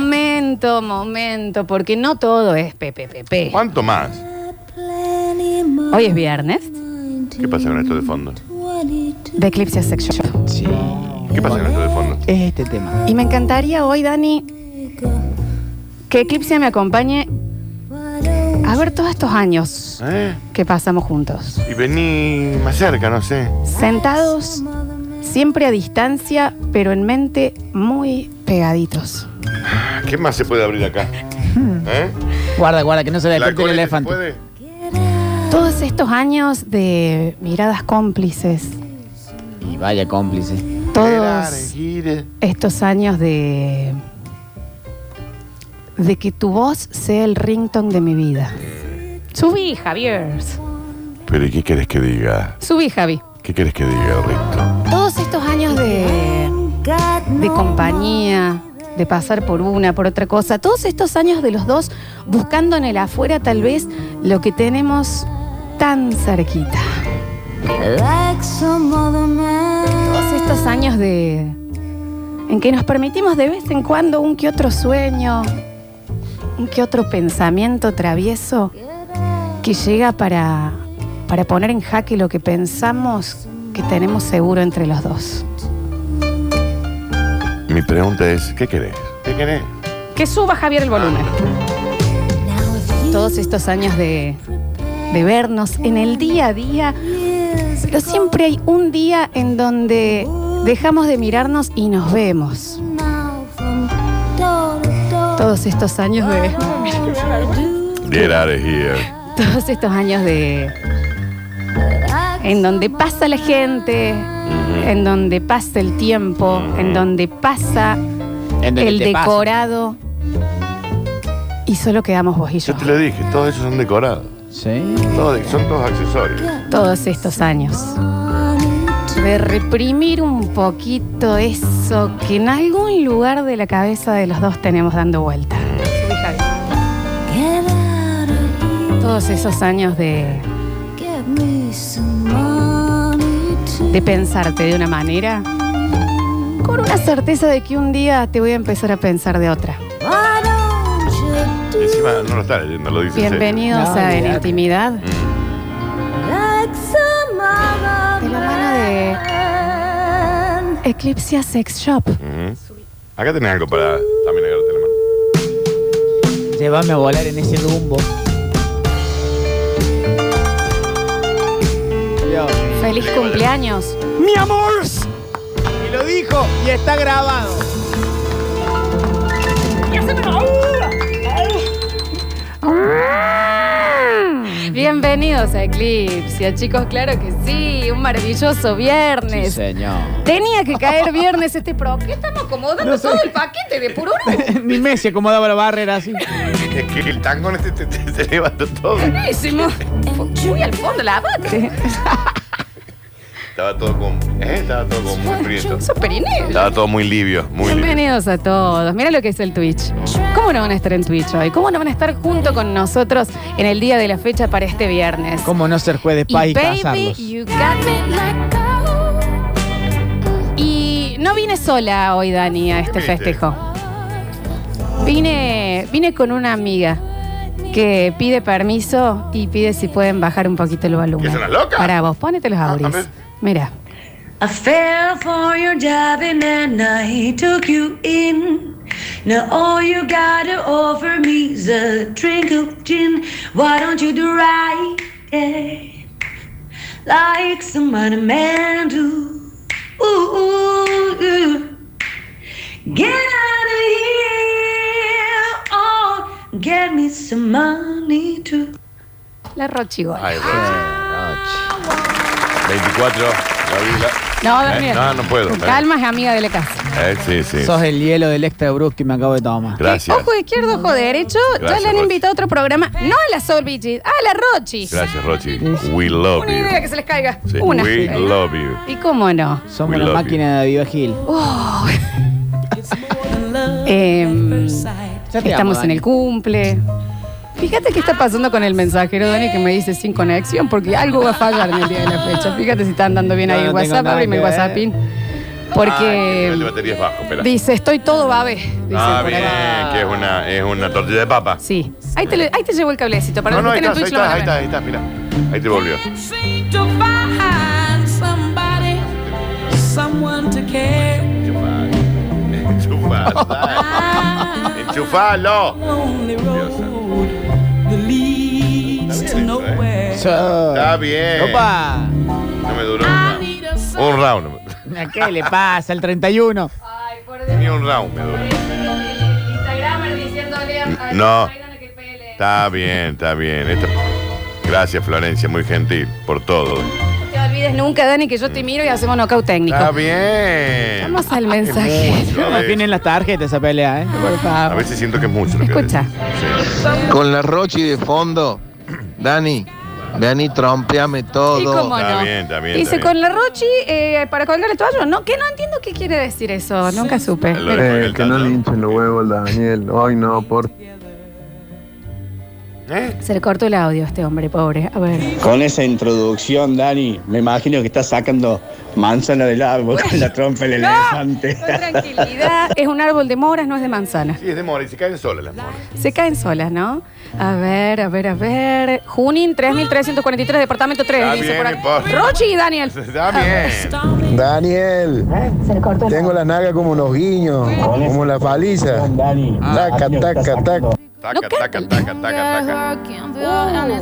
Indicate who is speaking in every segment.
Speaker 1: Momento, momento, porque no todo es PPPP.
Speaker 2: ¿Cuánto más?
Speaker 1: Hoy es viernes
Speaker 2: ¿Qué pasa con esto de fondo?
Speaker 1: de Eclipse Sexual.
Speaker 3: Sí.
Speaker 2: ¿Qué pasa con esto de fondo?
Speaker 3: Es este tema.
Speaker 1: Y me encantaría hoy, Dani, que Eclipse me acompañe a ver todos estos años
Speaker 2: ¿Eh?
Speaker 1: que pasamos juntos.
Speaker 2: Y vení más cerca, no sé.
Speaker 1: Sentados, siempre a distancia, pero en mente muy pegaditos.
Speaker 2: Ah, ¿Qué más se puede abrir acá? ¿Eh?
Speaker 3: Guarda, guarda, que no se le despierte el
Speaker 2: cola
Speaker 3: elefante.
Speaker 2: se puede?
Speaker 1: Todos estos años de miradas cómplices,
Speaker 3: Y vaya cómplice.
Speaker 2: Girar,
Speaker 1: todos
Speaker 2: gire.
Speaker 1: estos años de de que tu voz sea el ringtone de mi vida. Subí, Javier.
Speaker 2: Pero ¿y qué querés que diga?
Speaker 1: Subí, Javi.
Speaker 2: ¿Qué querés que diga, Rito?
Speaker 1: Todos estos años de de compañía, de pasar por una, por otra cosa, todos estos años de los dos buscando en el afuera tal vez lo que tenemos tan cerquita. Todos estos años de en que nos permitimos de vez en cuando un que otro sueño, un que otro pensamiento travieso que llega para para poner en jaque lo que pensamos que tenemos seguro entre los dos.
Speaker 2: Mi pregunta es, ¿qué querés? ¿Qué querés?
Speaker 1: Que suba Javier el volumen. Todos estos años de, de vernos en el día a día, pero siempre hay un día en donde dejamos de mirarnos y nos vemos. Todos estos años de.
Speaker 2: Get out of here.
Speaker 1: Todos estos años de. En donde pasa la gente, en donde pasa el tiempo, en donde pasa
Speaker 3: En donde
Speaker 1: el
Speaker 3: te pasa.
Speaker 1: decorado. Y solo quedamos vos y yo.
Speaker 2: Yo te lo dije, todos esos son decorados.
Speaker 3: Sí.
Speaker 2: Todos, son todos accesorios.
Speaker 1: todos estos años. De reprimir un poquito eso que en algún lugar de la cabeza de los dos tenemos dando vuelta. Todos esos años de, de pensarte de una manera, con una certeza de que un día te voy a empezar a pensar de otra.
Speaker 2: Y encima no lo está leyendo, lo dice. en serio. Mm,
Speaker 1: Bienvenidos
Speaker 3: No,
Speaker 1: a En
Speaker 3: olvidate.
Speaker 1: Intimidad. De la mano de Eclipse Sex Shop.
Speaker 2: Ujú. Acá tenés algo para también agarrarte la mano.
Speaker 3: Llévame a volar en ese rumbo.
Speaker 1: Feliz cumpleaños.
Speaker 3: ¡Mi amor! Y lo dijo y está grabado.
Speaker 1: Bienvenidos a Eclipse, chicos, claro que sí, un maravilloso
Speaker 3: Sí,
Speaker 1: viernes.
Speaker 3: señor.
Speaker 1: Tenía que caer viernes este pro. ¿Qué estamos acomodando
Speaker 3: No sé.
Speaker 1: todo el paquete de pururu?
Speaker 3: Ni Messi acomodaba la barrera así.
Speaker 2: Es que el tango en este te, te- te levanta todo.
Speaker 1: Buenísimo. Muy al fondo, la bate.
Speaker 2: Estaba todo con. ¿eh? Estaba todo con muy prieto.
Speaker 1: Sos perineo.
Speaker 2: Estaba todo muy libio, muy libio.
Speaker 1: Bienvenidos a todos. Mira lo que es el Twitch. ¿Cómo no van a estar en Twitch hoy? ¿Cómo no van a estar junto con nosotros en el día de la fecha para este viernes?
Speaker 3: ¿Cómo no ser juez de
Speaker 1: Y
Speaker 3: paz y,
Speaker 1: baby,
Speaker 3: casarlos?
Speaker 1: you got me like gold. Y no vine sola hoy, Dani, a este
Speaker 2: viniste?
Speaker 1: festejo. Vine, vine con una amiga que pide permiso y pide si pueden bajar un poquito el volumen.
Speaker 2: ¿Que son las locas?
Speaker 1: Para vos, ponete los
Speaker 2: a
Speaker 1: auris.
Speaker 2: ver.
Speaker 1: Mira.
Speaker 4: I fell for your diving and I took you in. Now all you gotta offer me is a drink of gin. Why don't you do right, yeah? Like some other man do. Ooh, ooh, ooh. Get out of here, oh, get me some money too.
Speaker 1: La Rochigola.
Speaker 2: Ay, Rochi. 24, Gabriela.
Speaker 1: No,
Speaker 2: Eh,
Speaker 1: Daniel.
Speaker 2: no, no puedo, eh.
Speaker 1: Calma, es amiga de la casa.
Speaker 2: Eh, sí, sí.
Speaker 3: Sos el hielo del extra brusque que me acabo de tomar.
Speaker 2: Gracias.
Speaker 1: Ojo izquierdo, ojo derecho.
Speaker 2: Gracias,
Speaker 1: ya le han
Speaker 2: Rochi.
Speaker 1: invitado a otro programa. No a la Soul Beaches, a la Rochi.
Speaker 2: Gracias, Rochi. We love
Speaker 1: Una idea que
Speaker 2: you.
Speaker 1: se les caiga.
Speaker 2: Sí,
Speaker 1: Una.
Speaker 2: We love you.
Speaker 1: ¿Y cómo no?
Speaker 3: Somos
Speaker 2: We
Speaker 3: la
Speaker 2: love
Speaker 3: máquina de Viva Gil.
Speaker 1: Uh. Em,
Speaker 3: Ya te
Speaker 1: estamos
Speaker 3: amo,
Speaker 1: en
Speaker 3: Dani.
Speaker 1: el cumple. Fíjate qué está pasando con el mensajero, Dani, que me dice sin conexión, porque algo va a fallar en el día de la fecha. Fíjate si están dando bien
Speaker 3: No,
Speaker 1: ahí el
Speaker 3: no tengo
Speaker 1: WhatsApp,
Speaker 3: nada
Speaker 1: abrime el
Speaker 3: que ver.
Speaker 1: WhatsAppín.
Speaker 2: Ah, Ay, el nivel
Speaker 1: Porque
Speaker 2: de batería es bajo, espera.
Speaker 1: dice, estoy todo babe. Dice
Speaker 2: ah,
Speaker 1: por
Speaker 2: bien,
Speaker 1: acá.
Speaker 2: que es una, es una tortilla de papa.
Speaker 1: Sí. Ahí te, le- ahí te llevo el cablecito. Para
Speaker 2: no,
Speaker 1: los
Speaker 2: no,
Speaker 1: que
Speaker 2: ahí
Speaker 1: estén
Speaker 2: estás, ahí
Speaker 1: en Twitch lo
Speaker 2: estás, ahí
Speaker 1: van a
Speaker 2: estás,
Speaker 1: ver.
Speaker 2: ahí estás, mira. Ahí te volvió.
Speaker 5: Can't seem to find somebody, someone to care.
Speaker 1: Ah.
Speaker 2: Enchufalo. Enchufalo.
Speaker 5: Lonely road that leads to nowhere.
Speaker 2: Está bien.
Speaker 3: ¡Opa!
Speaker 2: No me duró
Speaker 5: I
Speaker 2: un
Speaker 5: need a
Speaker 2: round. Un round.
Speaker 3: ¿A qué le pasa al 31?
Speaker 2: Ni un round me duró. No. Está bien, está bien. Esto- Gracias, Florencia, muy gentil por todo.
Speaker 1: No te olvides nunca, Dani, que yo te miro y hacemos knockout técnico.
Speaker 2: Está bien.
Speaker 1: Vamos al mensaje.
Speaker 2: Es mucho, a
Speaker 3: No
Speaker 2: veces.
Speaker 3: tienen las tarjetas esa pelea, ¿eh?
Speaker 1: Por
Speaker 2: A
Speaker 1: favor.
Speaker 2: veces siento que es mucho. lo que
Speaker 1: Escucha.
Speaker 2: decís.
Speaker 6: Con la Rochi de fondo, Dani, ven y trompeame
Speaker 1: Y cómo
Speaker 6: todo.
Speaker 2: Está
Speaker 1: no.
Speaker 2: bien, está bien,
Speaker 1: Dice
Speaker 2: está bien.
Speaker 1: con la Rochi eh, para colgarle toalla. No, que no entiendo qué quiere decir eso. Nunca supe.
Speaker 2: Lo de-
Speaker 7: Eh, que no le hinchen los huevos al Daniel. Ay, no, por
Speaker 2: Sí. ¿Eh?
Speaker 1: Se le cortó el audio a este hombre, pobre. A ver.
Speaker 8: Con esa introducción, Dani, me imagino que estás sacando manzana del árbol con la trompa del elefante.
Speaker 1: Con tranquilidad. Es un árbol de moras, no es de manzana.
Speaker 2: Sí, es de mora y se caen solas las moras.
Speaker 1: Se caen solas, ¿no? A ver, a ver, a ver. Junín 3343, departamento 3.
Speaker 2: Está
Speaker 1: dice
Speaker 2: bien,
Speaker 1: por
Speaker 2: no
Speaker 1: acá.
Speaker 2: importa.
Speaker 1: Rochi y Daniel.
Speaker 2: Está bien.
Speaker 7: Daniel, tengo la naga como unos guiños, como la paliza.
Speaker 8: Dani, me
Speaker 7: Taca,
Speaker 8: imagino que
Speaker 7: taca,
Speaker 8: estás sacando-
Speaker 1: No
Speaker 2: Taca, taca,
Speaker 1: cantan.
Speaker 2: taca, taca, taca.
Speaker 1: Una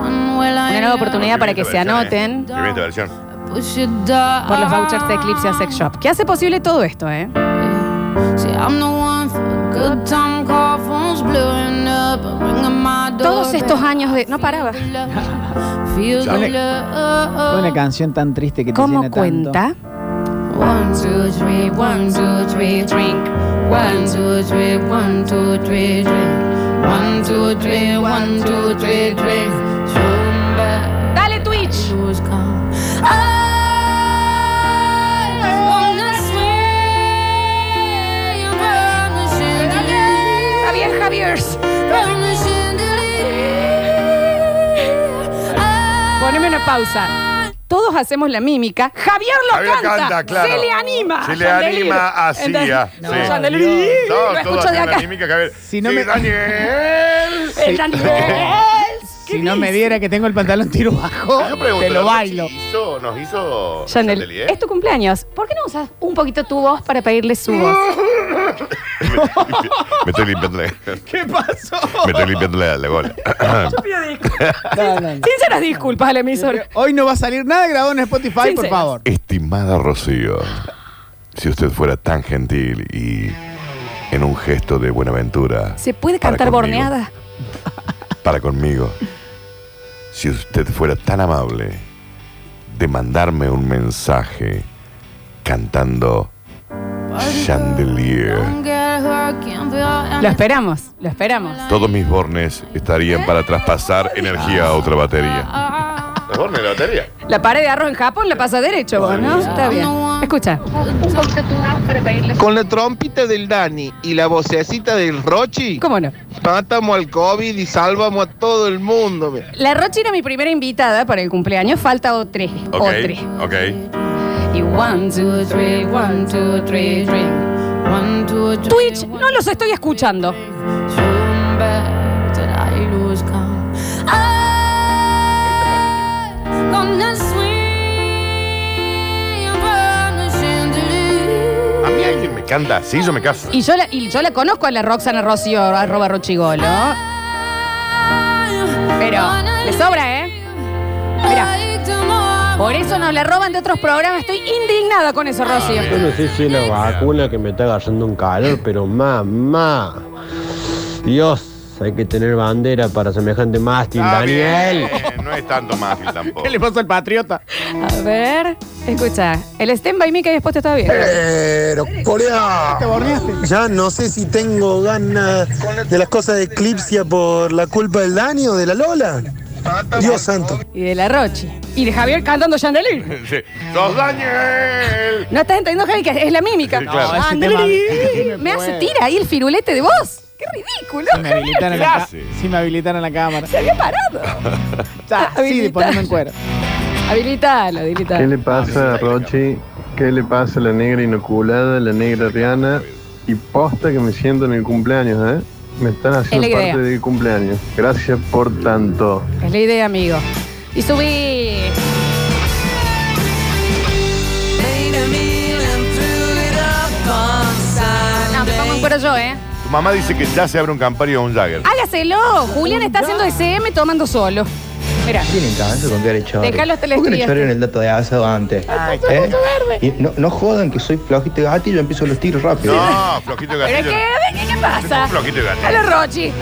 Speaker 4: Una
Speaker 1: nueva oportunidad para
Speaker 2: Qué
Speaker 1: que se
Speaker 2: bonita versión,
Speaker 1: anoten
Speaker 2: ¿eh? Qué bonita versión.
Speaker 1: por
Speaker 4: Ah.
Speaker 1: los vouchers de Eclipse a Sex Shop. ¿Qué hace posible todo esto, eh? Todos estos años de- no paraba.
Speaker 3: Una canción tan triste que te
Speaker 1: ¿Cómo
Speaker 3: llena tanto.
Speaker 1: cuenta?
Speaker 4: One, two, three, one, two, three, drink. One, two, three, one, two, three, drink. One, two, three, one, two, three, drink. Shumba,
Speaker 1: Dale Twitch.
Speaker 4: who's come? I wanna sway around the chandelier,
Speaker 1: Javier Javier.
Speaker 4: around the chandelier. I
Speaker 1: Poneme una pausa. Todos hacemos la mímica. Javier lo
Speaker 2: Javier
Speaker 1: canta.
Speaker 2: canta, claro.
Speaker 1: Se le anima.
Speaker 2: Se
Speaker 1: a
Speaker 2: le
Speaker 1: Chandelir.
Speaker 2: anima así,
Speaker 1: ¿Entendés?
Speaker 2: ah,
Speaker 1: No,
Speaker 2: sí.
Speaker 1: Chandelir,
Speaker 2: No,
Speaker 1: lo
Speaker 2: todo
Speaker 1: escucho de
Speaker 2: hace la
Speaker 1: acá.
Speaker 2: mímica que a ver.
Speaker 3: Si no
Speaker 2: sí,
Speaker 3: me-
Speaker 2: Daniel.
Speaker 1: El Daniel. ¿Qué
Speaker 3: Si no me
Speaker 1: dice?
Speaker 3: diera que tengo el pantalón tiro bajo,
Speaker 2: Ah, Yo pregunto,
Speaker 3: te
Speaker 2: ¿la
Speaker 3: lo
Speaker 2: Rochi
Speaker 3: bailo.
Speaker 2: Hizo, nos hizo
Speaker 1: Chanel,
Speaker 2: Chandelier?
Speaker 1: es tu cumpleaños. ¿Por qué no usas un poquito tu voz para pedirle su voz?
Speaker 2: Me estoy limpiando la,
Speaker 3: ¿Qué pasó?
Speaker 2: me estoy limpiando la, la gola.
Speaker 3: No, no, no.
Speaker 1: Sinceras disculpas al emisor.
Speaker 3: Hoy no va a salir nada grabado en Spotify, por
Speaker 1: Sinceros.
Speaker 3: favor.
Speaker 2: Estimada Rocío, si usted fuera tan gentil y en un gesto de buenaventura.
Speaker 1: ¿Se puede
Speaker 2: para
Speaker 1: cantar
Speaker 2: conmigo-
Speaker 1: borneada?
Speaker 2: Para conmigo. Si usted fuera tan amable de mandarme un mensaje cantando Chandelier.
Speaker 4: don't get hurt, can't feel
Speaker 1: Lo esperamos, lo esperamos.
Speaker 2: Todos mis bornes estarían para traspasar energía a otra batería.
Speaker 4: anything.
Speaker 2: ¿Los bornes de la batería?
Speaker 1: La pared de arroz en Japón la pasa derecho, vos, ¿no? Está bien. Escucha.
Speaker 6: Con la trompita del Dani y la vocecita del Rochi,
Speaker 1: ¿Cómo no?
Speaker 6: matamos al COVID y salvamos a todo el mundo. ve.
Speaker 1: La Rochi era mi primera invitada para el cumpleaños. Falta otra.
Speaker 2: Ok,
Speaker 1: Otra.
Speaker 2: ok.
Speaker 1: Y one, two, three, one,
Speaker 4: One, two, three, drink. One, two, three,
Speaker 1: Twitch,
Speaker 4: one,
Speaker 1: no los estoy escuchando.
Speaker 4: Zoom back till I lose count. I'm gonna swing around the chandelier.
Speaker 2: A mí alguien me canta así, yo me caso.
Speaker 1: Y yo la, y yo la conozco a la Roxana Rocío, arroba Rochigolo. Pero le sobra, ¿eh? Mira,
Speaker 4: Like tomorrow.
Speaker 1: por eso nos la roban de otros programas. Estoy indignada con eso, Rocío.
Speaker 7: Ah,
Speaker 2: Yo no
Speaker 9: sé si es la vacuna que me está agarrando un calor, pero mamá. Dios, hay que tener bandera para semejante mástil,
Speaker 2: Está bien, No es tanto fácil tampoco.
Speaker 3: ¿Qué le pasa al patriota?
Speaker 1: A ver, escucha. El stand by me que habías puesto está bien.
Speaker 7: Eh. Pero, Corea, ya no sé si tengo ganas de las cosas de Eclipsia por la culpa del Dani o de la Lola.
Speaker 2: Ah,
Speaker 7: Dios santo.
Speaker 1: Y de la Rochi. Y de Javier cantando Chandelier.
Speaker 2: Sí. ¡Sos Daniel!
Speaker 1: No estás entendiendo, Javi, que es la mímica. Ah,
Speaker 2: Sí, claro. No,
Speaker 3: ese
Speaker 1: Chandelier.
Speaker 3: tema-
Speaker 1: Me hace tira ahí el firulete de voz. Qué ridículo.
Speaker 3: Si me habilitaran
Speaker 2: ¿qué
Speaker 3: la, ca-
Speaker 2: hace?
Speaker 3: si me habilitaran la cámara.
Speaker 1: Se había parado.
Speaker 3: Ya, sí, de
Speaker 1: Habilitar.
Speaker 3: ponerme en cuero.
Speaker 1: Habilitalo, habilitalo.
Speaker 7: le pasa a Rochi
Speaker 10: ¿Qué le pasa a la negra inoculada, la negra Rihanna? Y posta que me siento en el cumpleaños, ¿eh? Me están haciendo
Speaker 1: Es la idea.
Speaker 10: parte del cumpleaños. Gracias por tanto.
Speaker 1: Es la idea, amigo. Y subí. No, me pongo un cuero yo, ¿eh?
Speaker 2: Tu mamá dice que ya se abre un campario o un Jagger.
Speaker 1: Ah, Hágaselo. Julián está haciendo SM tomando solo. Mira.
Speaker 11: Tienen cabeza con que haré choreo.
Speaker 1: Dejá los
Speaker 11: ¿Por qué no
Speaker 1: telestrias.
Speaker 11: choreo en el dato de asado antes?
Speaker 1: Ay,
Speaker 11: ¿Eh?
Speaker 1: está todo verde.
Speaker 11: Y no, no jodan que soy flojito de gato y yo empiezo los tiros rápido.
Speaker 2: No, flojito de
Speaker 1: ¿Pero
Speaker 2: gatillo.
Speaker 1: qué? ¿Qué, qué pasa?
Speaker 2: Un flojito de gatillo.
Speaker 1: A los Rochi.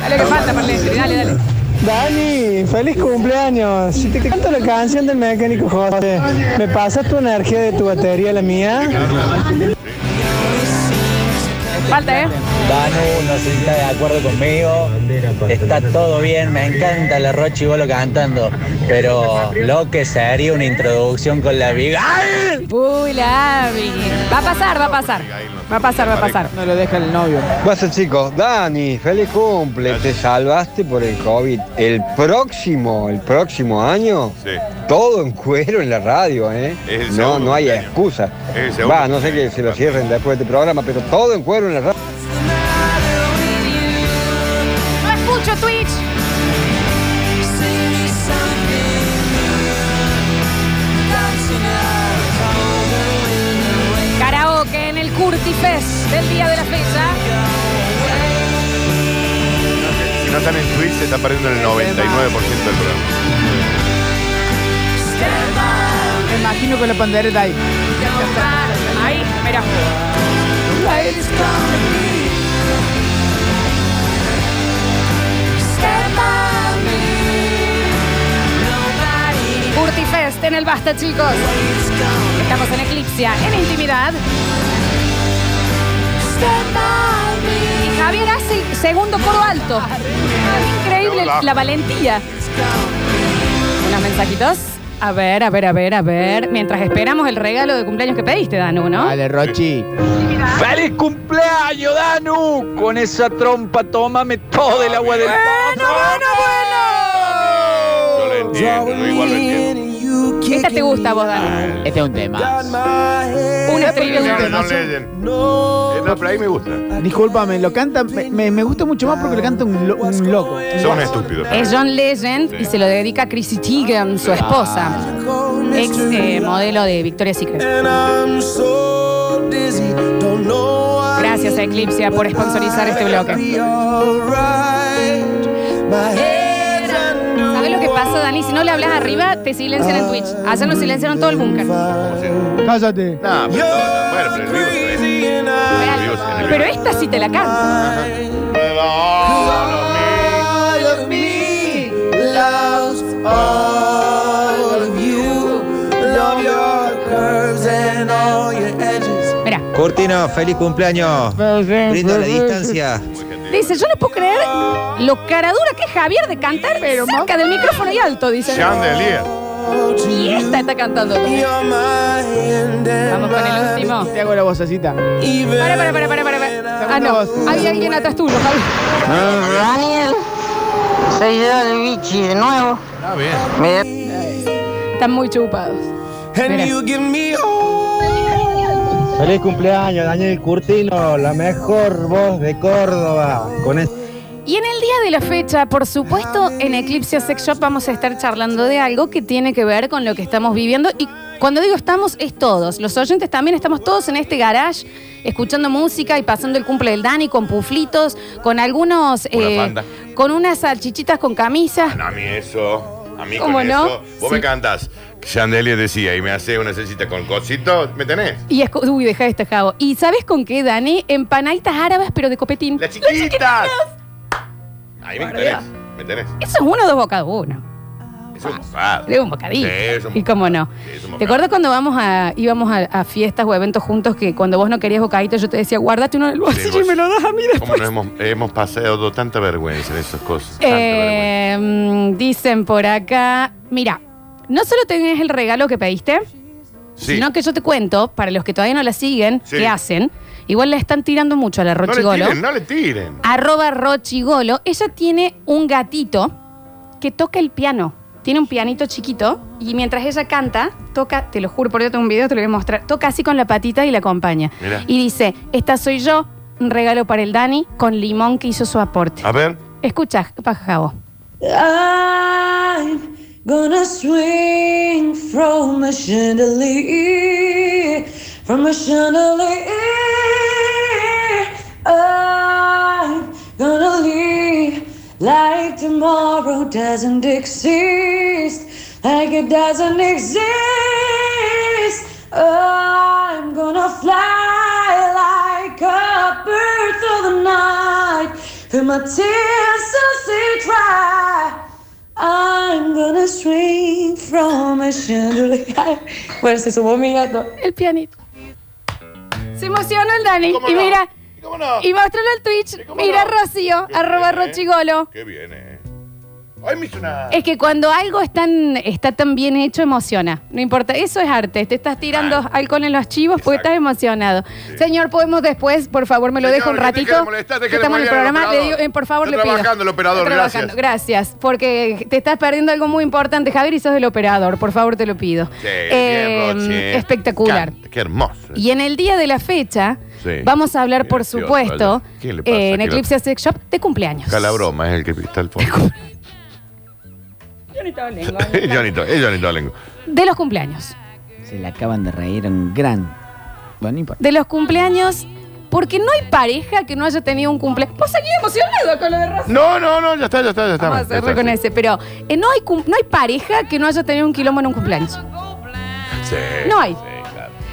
Speaker 1: Dale que falta, Marlene. Dale, dale.
Speaker 12: Dani, feliz cumpleaños. Si te canto la canción del mecánico José, ¿me pasas tu energía de tu batería a la mía?
Speaker 1: Falta, ¿eh?
Speaker 8: Danu no sé si está de acuerdo conmigo. Está todo bien, me encanta la Rochi Bolo cantando. Pero lo que sería una introducción con la viga.
Speaker 1: Uy, la Abby. Va a pasar, va a pasar. Va a pasar, va a pasar.
Speaker 3: No lo deja el novio.
Speaker 13: Pasa chicos, Dani, feliz cumple, te salvaste por el COVID. El próximo, el próximo año, todo en cuero en la radio, ¿eh?
Speaker 2: Es el
Speaker 13: No,
Speaker 2: segundo
Speaker 13: no hay
Speaker 2: cumpleaños.
Speaker 13: excusa.
Speaker 2: Es el segundo
Speaker 13: Va, no sé que se lo cierren después de este programa, pero todo en cuero en la radio.
Speaker 1: No escucho Twitch. Karaoke en el Curtifest del día de la fecha.
Speaker 2: Si no están en Twitch, se está perdiendo el 99% del programa.
Speaker 3: Me imagino con la pandereta ahí.
Speaker 1: Ahí, mira. Curtifest en el Basta, chicos. Estamos en Eclipsia, en intimidad. Y Javier hace el segundo coro alto. Increíble la valentía. Unos mensajitos. A ver, a ver, a ver, a ver. Mientras esperamos el regalo de cumpleaños que pediste, Danu, ¿no?
Speaker 3: Dale, Rochi.
Speaker 8: ¡Feliz cumpleaños, Danu! Con esa trompa, tómame todo el agua del
Speaker 2: Yo lo entiendo, yo igual lo entiendo.
Speaker 1: Esta te gusta a vos, Dani.
Speaker 3: Este es un tema.
Speaker 1: Un estribillo de un
Speaker 2: No, no
Speaker 1: tema.
Speaker 2: leyen. Esta por ahí me gusta.
Speaker 3: Discúlpame, lo canta. Me, me- me gusta mucho más porque lo canta un, lo- un loco.
Speaker 2: Son estúpidos.
Speaker 1: Es John Legend y se lo dedica a Chrissy Teigen, su esposa. Ex eh, modelo de Victoria's Secret. Gracias a Eclipsia por sponsorizar este bloque. ¿Sabes lo que pasa, Dani? Si no le hablas arriba, te silencian en Twitch. Ayer nos silenciaron todo el búnker.
Speaker 3: Cállate.
Speaker 2: No, pero, no, bueno, pero el vivo se ve. El vivo se- en el vivo.
Speaker 1: Pero esta sí te la canto.
Speaker 14: All of me loves all of you. Love your curves and all your edges.
Speaker 1: Mira,
Speaker 11: Cortino, feliz cumpleaños. Brindo a la distancia.
Speaker 1: dice, yo no puedo creer lo caradura que es Javier de cantar cerca del micrófono y alto, dice.
Speaker 2: Chandelier.
Speaker 1: Y esta está cantando. también. Vamos con el último.
Speaker 3: Te hago la vocecita.
Speaker 1: Para, para, para, para, para, para. Ah, no. Hay alguien atrás tuyo, Javier.
Speaker 15: Daniel, soy yo de Vichy de nuevo.
Speaker 2: Ah, bien.
Speaker 1: Están muy chupados. Mira.
Speaker 16: Feliz cumpleaños, Daniel Curtino, la mejor voz de Córdoba. Con es-
Speaker 1: Y en el día de la fecha, por supuesto, en Eclipse Sex Shop vamos a estar charlando de algo que tiene que ver con lo que estamos viviendo. Y cuando digo estamos, es todos. Los oyentes también estamos todos en este garage, escuchando música y pasando el cumple del Dani con puflitos, con algunos. eh,
Speaker 2: banda.
Speaker 1: con unas salchichitas con camisas.
Speaker 2: A mí eso. A mí
Speaker 1: ¿Cómo
Speaker 2: con
Speaker 1: no?
Speaker 2: eso. Vos me cantás. Chandelier decía y me hace una cecita con cositos. ¿Me tenés?
Speaker 1: Y escu- Uy, deja este jabo. ¿Y sabes con qué, Dani? Empanaditas árabes, pero de copetín. ¡Las
Speaker 2: chiquitas!
Speaker 1: chiquititas.
Speaker 2: Ahí me tenés. ¿Me tenés?
Speaker 1: Eso es uno o dos bocados. Uno.
Speaker 2: Es un bocado.
Speaker 1: Es un bocadillo.
Speaker 2: Sí, es un
Speaker 1: y cómo no. ¿Te acuerdas cuando vamos a, íbamos a, a fiestas o eventos juntos que cuando vos no querías bocadito yo te decía, guárdate uno en el
Speaker 2: Sí,
Speaker 1: bolsillo
Speaker 2: vos-
Speaker 1: y me lo das a mí después?
Speaker 2: ¿Cómo no hemos, hemos pasado tanta vergüenza en esas cosas? Tanta vergüenza.
Speaker 1: Eh, mm, dicen por acá, mira, no solo tenés el regalo que pediste,
Speaker 2: Sí.
Speaker 1: sino que yo te cuento, para los que todavía no la siguen,
Speaker 2: Sí.
Speaker 1: ¿qué hacen? Igual le están tirando mucho a la
Speaker 2: no le
Speaker 1: Rochigolo.
Speaker 2: tiren, no le tiren.
Speaker 1: Arroba Rochigolo. Ella tiene un gatito que toca el piano. Tiene un pianito chiquito y mientras ella canta, toca, te lo juro, por yo tengo un video, te lo voy a mostrar, toca así con la patita y la acompaña.
Speaker 2: Mirá.
Speaker 1: Y dice, esta soy yo, un regalo para el Dani, con limón que hizo su aporte.
Speaker 2: A ver.
Speaker 1: Escucha, Pajajabo.
Speaker 4: I'm gonna swing from a chandelier, from a chandelier. I'm gonna leave like tomorrow doesn't exist, like it doesn't exist. I'm gonna fly like a bird through the night, through my tears till sea dry. I'm gonna swing from a chandelier. Ay, Bueno, se sumó mi gato.
Speaker 1: El pianito. Se emocionó el Dani. Y, mira, y mostralo al Twitch. Mira, Rocío, arroba Rochigolo.
Speaker 2: Qué bien, eh. Ay, me hizo una.
Speaker 1: Es que cuando algo es tan- está tan bien hecho, emociona. No importa, eso es arte. Te estás tirando alcohol en los chivos porque estás emocionado. Señor, podemos después, por favor, me lo dejo un
Speaker 2: Señor, que deje
Speaker 1: ratito.
Speaker 2: de molestar, deje de
Speaker 1: Estamos en el
Speaker 2: molestar al
Speaker 1: programa. Le digo,
Speaker 2: operador.
Speaker 1: eh, por favor,
Speaker 2: Está
Speaker 1: le pido.
Speaker 2: trabajando el operador,
Speaker 1: Está trabajando. Gracias, porque te estás perdiendo algo muy importante, Javier, y sos el operador. Por favor, te lo pido.
Speaker 2: Sí,
Speaker 1: Eh,
Speaker 2: bien, Roche.
Speaker 1: espectacular.
Speaker 2: Canta, Qué hermoso.
Speaker 1: Y en el día de la fecha,
Speaker 2: Sí.
Speaker 1: vamos a hablar, por
Speaker 2: Gracioso,
Speaker 1: supuesto,
Speaker 2: ayer. ¿Qué le pasa?
Speaker 1: eh, en
Speaker 2: Que lo-
Speaker 1: Eclipse Sex Shop de cumpleaños.
Speaker 2: Calabroma es el que está al fondo. Es Johnito, es Johnny Tolengo.
Speaker 1: De los cumpleaños.
Speaker 17: Se la acaban de reír un gran. Bueno, no importa.
Speaker 1: de los cumpleaños, porque no hay pareja que no haya tenido un cumpleaños. Vos seguís emocionado con lo de Rosa.
Speaker 2: No, no, no, ya está, ya está, ya está.
Speaker 1: Vamos a
Speaker 2: Ya
Speaker 1: cerrar
Speaker 2: está,
Speaker 1: con
Speaker 2: sí.
Speaker 1: ese, pero eh, no, hay cum- no hay pareja que no haya tenido un quilombo en un cumpleaños.
Speaker 2: Sí.
Speaker 1: No hay.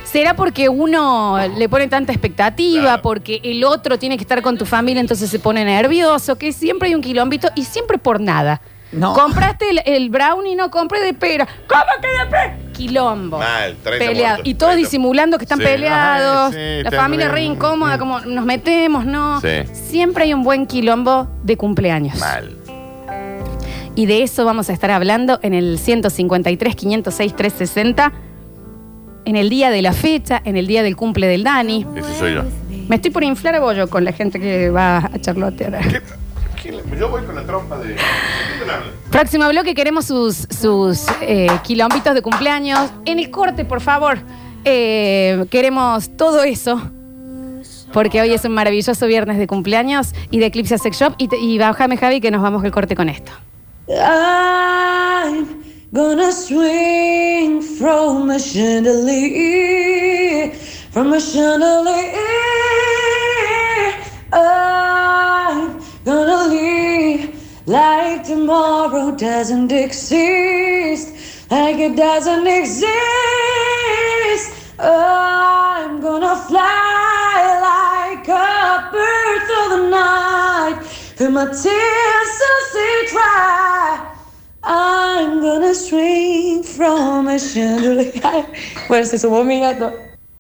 Speaker 1: ¿Será porque uno le pone tanta expectativa, porque el otro tiene que estar con tu familia, entonces se pone nervioso, que siempre hay un quilombito y siempre por nada?
Speaker 17: No.
Speaker 1: Compraste el, el brownie, no compré de pera. ¿Cómo que de pera? Quilombo.
Speaker 2: Mal, 30
Speaker 1: Peleado.
Speaker 2: muertos.
Speaker 1: Y todos disimulando que están
Speaker 2: Sí.
Speaker 1: peleados.
Speaker 2: Ay, sí,
Speaker 1: la
Speaker 2: está
Speaker 1: familia
Speaker 2: bien.
Speaker 1: re incómoda, como nos metemos, ¿no?
Speaker 2: Sí.
Speaker 1: Siempre hay un buen quilombo de cumpleaños.
Speaker 2: Mal.
Speaker 1: Y de eso vamos a estar hablando en el 153, 506, 360. En el día de la fecha, en el día del cumple del Dani.
Speaker 2: Ese soy yo.
Speaker 1: Me estoy por inflar a bollo con la gente que va a charlotear.
Speaker 2: Yo voy con la trompa de.
Speaker 1: Próximo bloque, queremos sus, sus eh, quilombitos de cumpleaños. En el corte, por favor. Eh, queremos todo eso. Porque hoy es un maravilloso viernes de cumpleaños y de Eclipse Sex Shop. Y, te- y bájame, Javi, que nos vamos al corte con esto.
Speaker 4: I'm gonna swing from a chandelier, from a chandelier. I'm gonna leave like tomorrow doesn't exist, like it doesn't exist. I'm gonna fly like a bird through the night, through my tears till sea dry. I'm gonna swing from a chandelier. Ay, Bueno, se sumó mi gato.